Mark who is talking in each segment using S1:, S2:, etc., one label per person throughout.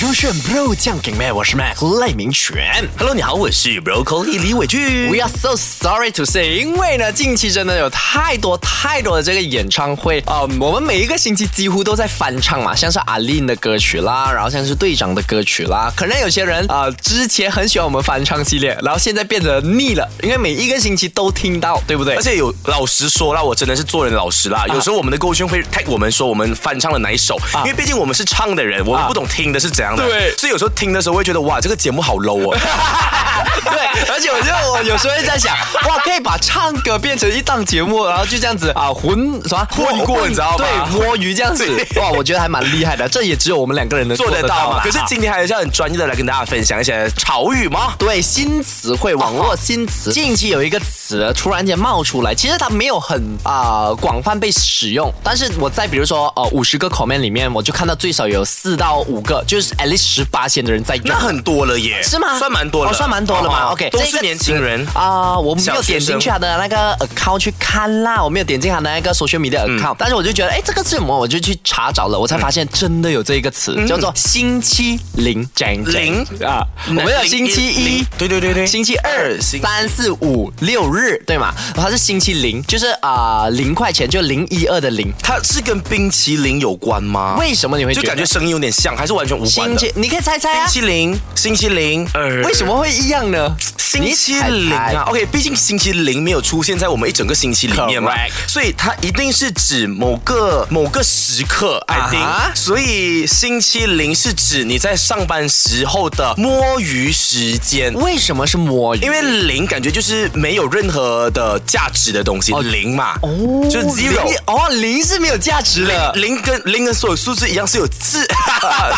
S1: 勾选 bro 酱给妹，我是 Mac 赖明全。
S2: Hello，你好，我是 Broccoli 李伟俊
S1: We。are so sorry to say，因为呢，近期真的有太多太多的这个演唱会啊、呃我们每一个星期几乎都在翻唱嘛，像是阿令的歌曲啦，然后像是队长的歌曲啦。可能有些人啊、呃之前很喜欢我们翻唱系列，然后现在变得腻了，因为每一个星期都听到，对不对
S3: 而？且有老实说啦，我真的是做人老实
S1: 啊
S3: 啦。有时候我们的歌圈会 tag 我们说我们翻唱了哪一首，因为毕竟我们是唱的人，我们不懂听的是怎样
S1: 啊
S3: 的。
S1: 对
S3: 所以有时候听的时候会觉得哇，这个节目好 low 哦。
S1: 对，而且我就我有时候会在想，哇，可以把唱歌变成一档节目，然后就这样子啊混什么
S3: 混过你知道吗
S1: 对，摸鱼这样子，哇，我觉得还蛮厉害的，这也只有我们两个人能
S3: 做
S1: 得啊
S3: 得到吗？
S1: 啦
S3: 可是今天还是要很专业的来跟大家分享一些潮语吗？
S1: 对新词汇，网络新词，近期有一个词突然间冒出来，其实它没有很啊、广泛被使用，但是我在比如说呃五十个 comment 里面，我就看到最少有四到五个，就是 at least 十八线的人在用，
S3: 那很多了 耶，
S1: 是吗？
S3: 算蛮多了，
S1: 哦，算蛮多了嘛。
S3: 哦
S1: OK，
S3: 都
S1: 这
S3: 是
S1: 个
S3: 年轻人
S1: 词啊、我没有
S3: 小学
S1: 点进去
S3: 生
S1: 他的那个 account 去看啦，我没有点进他的那个 social media
S3: 嗯
S1: account，、但是我就觉得，哎，这个是什么？我就去查找了，我才发现真的有这一个词，叫做星期零 jang jang
S3: 嗯零
S1: 啊，我们有星期一
S3: 零。对对对对，
S1: 星期二、
S3: 星
S1: 三四五六日，对吗？它是星期零，就是啊零、块钱，就零一二的零。
S3: 它是跟冰淇淋有关吗？
S1: 为什么你会
S3: 哦就
S1: 觉得
S3: 感觉声音有点像，还是完全无关
S1: 星
S3: 的。
S1: 期？你可以猜猜啊
S3: 冰，淇淋，星期零，呃
S1: 为什么会一样呢？
S3: 星期零
S1: 你猜猜
S3: 啊，OK，毕竟星期零没有出现在我们一整个星期里面嘛
S1: Correct
S3: 所以它一定是指某个某个时刻，I
S1: 啊
S3: think、
S1: 哈
S3: 所以星期零是指你在上班时候的摸鱼时间。
S1: 为什么是摸鱼？
S3: 因为零感觉就是没有任何的价值的东西，零嘛，
S1: 哦，
S3: 就 zero
S1: 零。哦，零是没有价值的。
S3: 零跟零跟所有数字一样是有是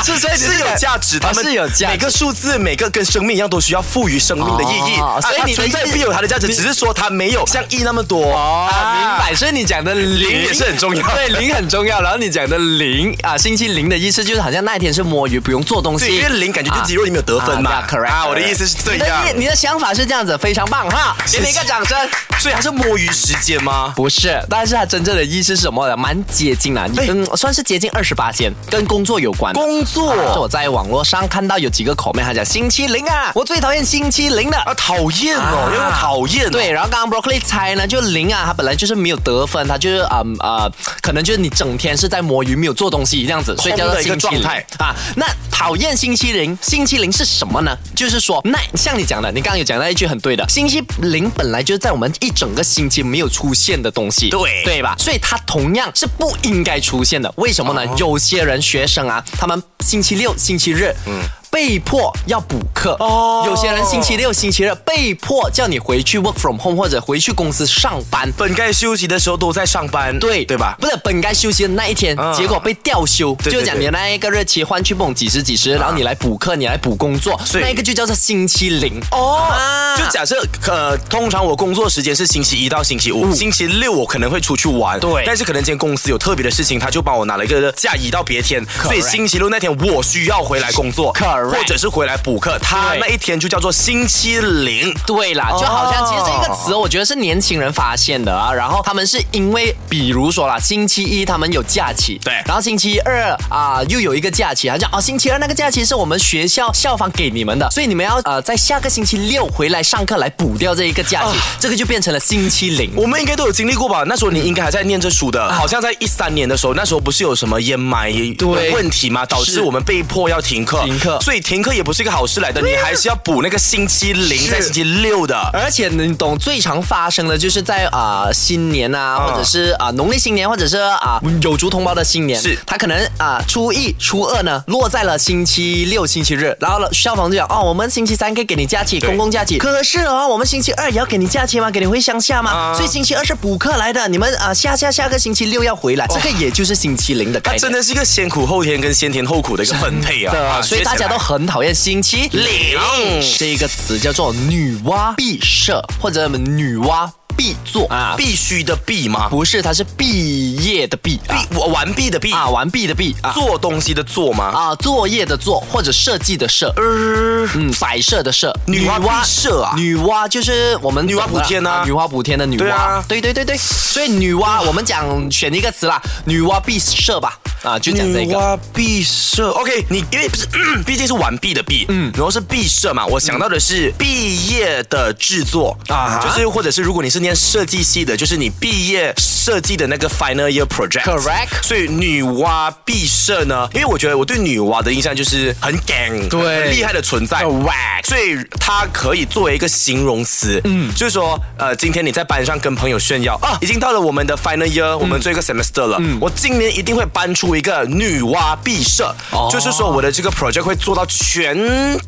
S1: 是所以你是
S3: 是有价值，
S1: 啊
S3: 它们
S1: 是有价值
S3: 每个数字每个跟生命一样都需要赋予生命的意义，
S1: 哦
S3: 啊
S1: 所以
S3: 它
S1: 你的
S3: 存在
S1: 意思
S3: 必有它的价值，
S1: 你
S3: 只是说它没有像一那么多
S1: 哦，明
S3: 啊
S1: 白。所以你讲的零
S3: 也是很重要
S1: 对，零很重要。然后你讲的零啊，星期零的意思就是好像那一天是摸鱼，不用做东
S3: 对，
S1: 西。
S3: 因为零感觉就
S1: 啊
S3: zero，你没有得分嘛
S1: 啊，yeah，correct，
S3: 啊，我的
S1: correct
S3: 意思是这
S1: 你的
S3: 样
S1: 意，你的想法是这样子，非常棒哈！给
S3: 谢
S1: 你一个掌声。
S3: 所以它是摸鱼时间吗？
S1: 不是，但是它真正的意思是什么呢？蛮接近啦，
S3: 哎
S1: 跟算是接近二十八线，跟工作有关。
S3: 工作
S1: 是我啊在网络上看到有几个口妹，他讲星期零啊，我最讨厌星期零的。
S3: 啊，讨厌
S1: 啊
S3: 哦，因为我讨厌哦，
S1: 对，然后刚刚 broccoli 猜呢，就零啊，他本来就是没有得分，他就是啊啊、可能就是你整天是在摸鱼，没有做东西这样子，所以叫做
S3: 空的一个
S1: 星期零
S3: 状态
S1: 啊。那讨厌星期零，星期零是什么呢？就是说，那像你讲的，你刚刚有讲到一句很对的，星期零本来就是在我们一整个星期没有出现的东西，
S3: 对
S1: 对吧？所以它同样是不应该出现的。为什么呢？
S3: 哦
S1: 有些人学生啊，他们星期六、星期日，嗯。被迫要补课
S3: 哦
S1: 有些人星期六、星期日被迫叫你回去 work from home 或者回去公司上班。
S3: 本该休息的时候都在上班，
S1: 对
S3: 对吧？
S1: 不是本该休息的那一天，
S3: 嗯
S1: 结果被调休，
S3: 对对啊
S1: 就讲你那一个日期换去蹦几十几十，然后你来补课，你来补工作，
S3: 所以
S1: 那一个就叫做星期零。
S3: 哦
S1: 啊
S3: 就假设呃，通常我工作时间是星期一到星期五，星期六我可能会出去玩，
S1: 嗯对
S3: 但是可能今天公司有特别的事情，他就帮我拿了一个假移到别天，所以星期六那天我需要回来工作
S1: Correct
S3: 或者是回来补课，他
S1: 对
S3: 那一天就叫做星期零。
S1: 对啦，就好像其实这个词，我觉得是年轻人发现的啊。然后他们是因为，比如说啦，星期一他们有假期，
S3: 对
S1: 然后星期二啊、又有一个假期，好像哦，星期二那个假期是我们学校校方给你们的，所以你们要呃在下个星期六回来上课来补掉这一个假期，这个就变成了星期零。
S3: 我们应该都有经历过吧？那时候你应该还在念着书
S1: 嗯
S3: 的，好像在一三年的时候，那时候不是有什么烟霾
S1: 对
S3: 问题吗？导
S1: 是
S3: 致我们被迫要停课，
S1: 停课
S3: 所以停课也不是一个好事来的，你还是要补那个星期零
S1: 是
S3: 在星期六的。
S1: 而且你懂最常发生的就是在啊、新年啊，或者是啊、农历新年，或者是啊、有族同胞的新年，
S3: 是
S1: 他可能啊、初一、初二呢落在了星期六、星期日，然后呢消防就讲哦，我们星期三可以给你假期，
S3: 对
S1: 公共假期。可是哦，我们星期二也要给你假期吗？给你回乡下吗？
S3: 啊
S1: 所以星期二是补课来的，你们啊、下下下个星期六要回来，这个也就是星期零的概
S3: 它
S1: 念。
S3: 哦啊真的是一个先苦后甜跟先甜后苦的一个分配啊，
S1: 对
S3: 啊
S1: 所以大家都很讨厌星期
S3: 零嗯
S1: 这一个词叫做女娲闭社或者女娲。
S3: 必做
S1: 啊
S3: 必须的必吗？
S1: 不是，它是毕业的毕，啊
S3: 必我完毕的毕
S1: 啊，完毕的毕啊。
S3: 做东西的做吗？
S1: 啊，作业的作或者设计的设，嗯，摆设的设，
S3: 呃女娲必设啊
S1: 女娲就是我们
S3: 女娲补天啊
S1: 女娲补天的女娲，
S3: 对啊
S1: 对对对对，所以女娲我们讲 选一个词啦，女娲必设吧，啊，就讲这
S3: 女
S1: 个，
S3: 娲必设，OK，你因为不是，嗯毕竟是完毕的毕，嗯，然后是毕设嘛，我想到的是毕业的制作
S1: 嗯啊
S3: 啊，
S1: 哈
S3: 就是或者是如果你是念设计系的，就是你毕业设计的那个 final year project。
S1: Correct
S3: 所以女娲必设呢，因为我觉得我对女娲的印象就是很 gang，
S1: 对
S3: 很厉害的存在
S1: Correct
S3: 所以它可以作为一个形容词，嗯，就是说，呃，今天你在班上跟朋友炫耀啊，已经到了我们的 final
S1: 嗯
S3: year，我们最后一个 semester 了，我今年一定会搬出一个女娲毕设，
S1: 哦
S3: 就是说我的这个 project 会做到全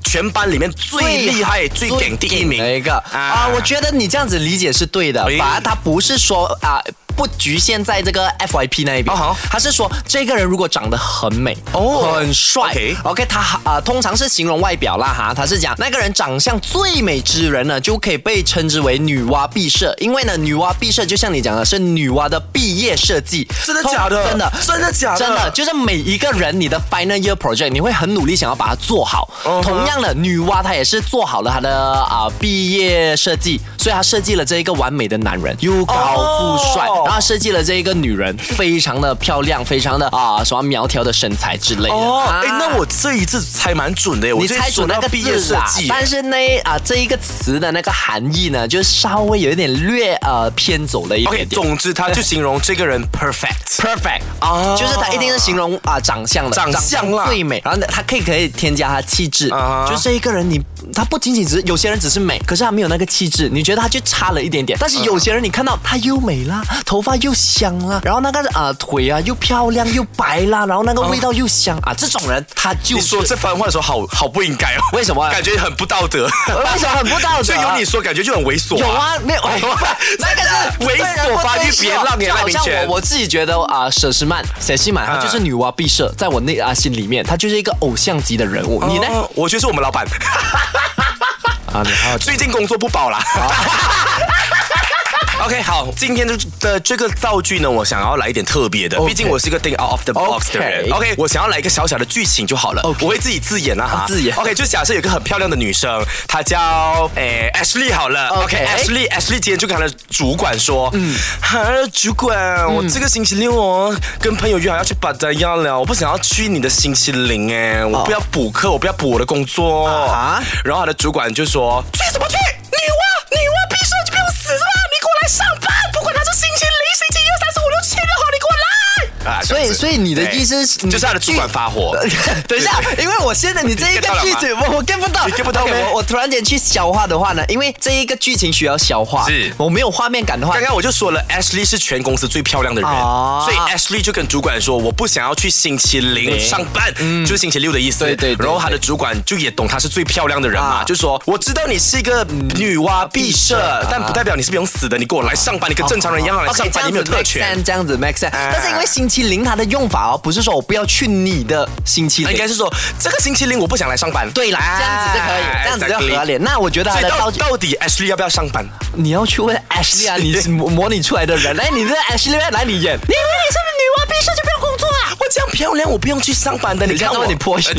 S3: 全班里面最厉害、最顶第一名
S1: 那一个啊，我觉得你这样子理解是对的，
S3: 哎
S1: 反而他不是说啊。不局限在这个 FYP 那一边
S3: 哦好，
S1: 他是说这个人如果长得很美
S3: 哦
S1: 很帅
S3: OK
S1: ，OK，他啊通常是形容外表啦哈，他是讲那个人长相最美之人呢，就可以被称之为女娲毕设，因为呢女娲毕设就像你讲的是女娲的毕业设计，
S3: 真的假的？
S1: 真的
S3: 真的假的？
S1: 真的，就是每一个人你的 final year project，你会很努力想要把它做好。
S3: 嗯哼
S1: 同样的，女娲她也是做好了她的啊、毕业设计，所以她设计了这一个完美的男人，又高富帅，
S3: 哦
S1: 然后她设计了这一个女人，非常的漂亮，非常的啊、什么苗条的身材之类的。
S3: 哦，
S1: 啊
S3: 哎、那我这一次猜蛮准的耶，我
S1: 你
S3: 这一
S1: 猜
S3: 次
S1: 准那
S3: 到
S1: 个
S3: 毕业
S1: 字
S3: 设
S1: 啦
S3: 计耶，
S1: 但是呢啊、这一个词的那个含义呢，就稍微有一点略呃偏走了一
S3: OK，
S1: 点点。
S3: 总之他就形容这个人 perfect。
S1: perfect
S3: 啊
S1: 就是它一定是形容啊、长相的，
S3: 长相啦
S1: 最美，然后呢，它可以可以添加它气质
S3: 啊哈
S1: 就这一个人你他不仅仅只是有些人只是美，可是他没有那个气质，你觉得他就差了一点点，但
S3: 嗯
S1: 是有些人你看到他又美啦，头发又香啦，然后那个啊、腿啊又漂亮又白啦，然后那个味道又香啊，这种人他就
S3: 嗯你
S1: 是
S3: 说这番话的时候好，好不应该哦。
S1: 为什么
S3: 感觉很不 道德。
S1: 为什么很不道德啊
S3: 所以有你说，感觉就很猥琐、
S1: 有啊，没有，哎那个是
S3: 猥琐发育别浪耶
S1: 就好
S3: 赖明
S1: 像
S3: 轩
S1: 我我自己觉得啊，佘诗曼、佘诗
S3: 嗯
S1: 曼，她就是女娲毕设，在我内啊心里面，她就是一个偶像级的人物。你呢？
S3: 哦我觉得是我们老板，
S1: 啊，你还有
S3: 最近工作不保啦。OK，好，今天的的这个造句呢，我想要来一点特别的
S1: OK
S3: 毕竟我是一个 think out of the box 的人。
S1: OK
S3: OK，我想要来一个小小的剧情就好了
S1: OK 哦
S3: 我会自己自演啊哈。
S1: 自演
S3: OK，就假设有一个很漂亮的女生，她叫诶 Ashley 好了。
S1: OK
S3: Ashley Ashley 今天就跟她的主管说，嗯，哈，主管，
S1: 嗯
S3: 我这个星期六哦，跟朋友约好要去巴达亚了，我不想要去你的星期零哎，我不要补课，我不要补我的工作。
S1: 哦
S3: 哦
S1: 啊
S3: 然后她的主管就说，去什么去？女娲，女娲必胜就不用死是吧？你给我来上班，不管她是星期零、星期一、二、三、四、五、六、七、六号，你给我来。啊
S1: 所以，所以你的意思是，
S3: 就是她的主管发火。
S1: 等一下，因为我现在你这一个句子我我 get 不到，
S3: 你 get 不到
S1: OK，
S3: 咩
S1: 我我突然间去消化的话呢，因为这一个剧情需要消化，
S3: 是
S1: 我没有画面感的话
S3: 刚，刚我就说了，Ashley 是全公司最漂亮的人，
S1: 啊
S3: 所以 Ashley 就跟主管说，我不想要去星期零
S1: 零
S3: 上班，就是星期六的意思。
S1: 嗯对对对
S3: 然后他的主管就也懂她是最漂亮的人嘛，
S1: 啊
S3: 就说我知道你是一个女娲毕设，
S1: 嗯
S3: 但不代表你是不用死的，你给我来上班，你跟正常人一样来
S1: OK，
S3: 上班，你没有特
S1: 啊哦这样
S3: 权。啊
S1: 子 make sense，这样子 make sense。但是因为星期零它的用法哦，不是说我不要去你的星期零，
S3: 应该是说这个星期零我不想来上班。
S1: 对啦，这样子就可以，这样子就合理。那我觉得他
S3: 所以
S1: 的
S3: 到
S1: 道具，
S3: 到底 Ashley 要不要上班？
S1: 你要去问 Ashley 啊，你是模模拟出来的 人，来，哎你这 Ashley 来你演，你以为你是女娲毕设就不用工作啊？
S3: 我这样漂亮，我不用去上班的。你看
S1: 你看
S3: 我，
S1: 到你破音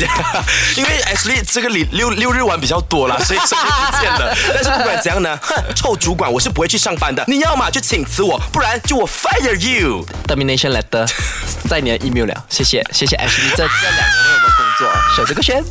S3: 因为 Ashley 这个礼六六日玩比较多啦，所以所以不见了。但是不管怎样呢，哼，臭主管，我是不会去上班的。你要嘛就请辞我，不然就我 fire you。
S1: Termination letter 在你的 email 了，谢谢谢谢 Ashley，这这两年为我们工作，手这个圈。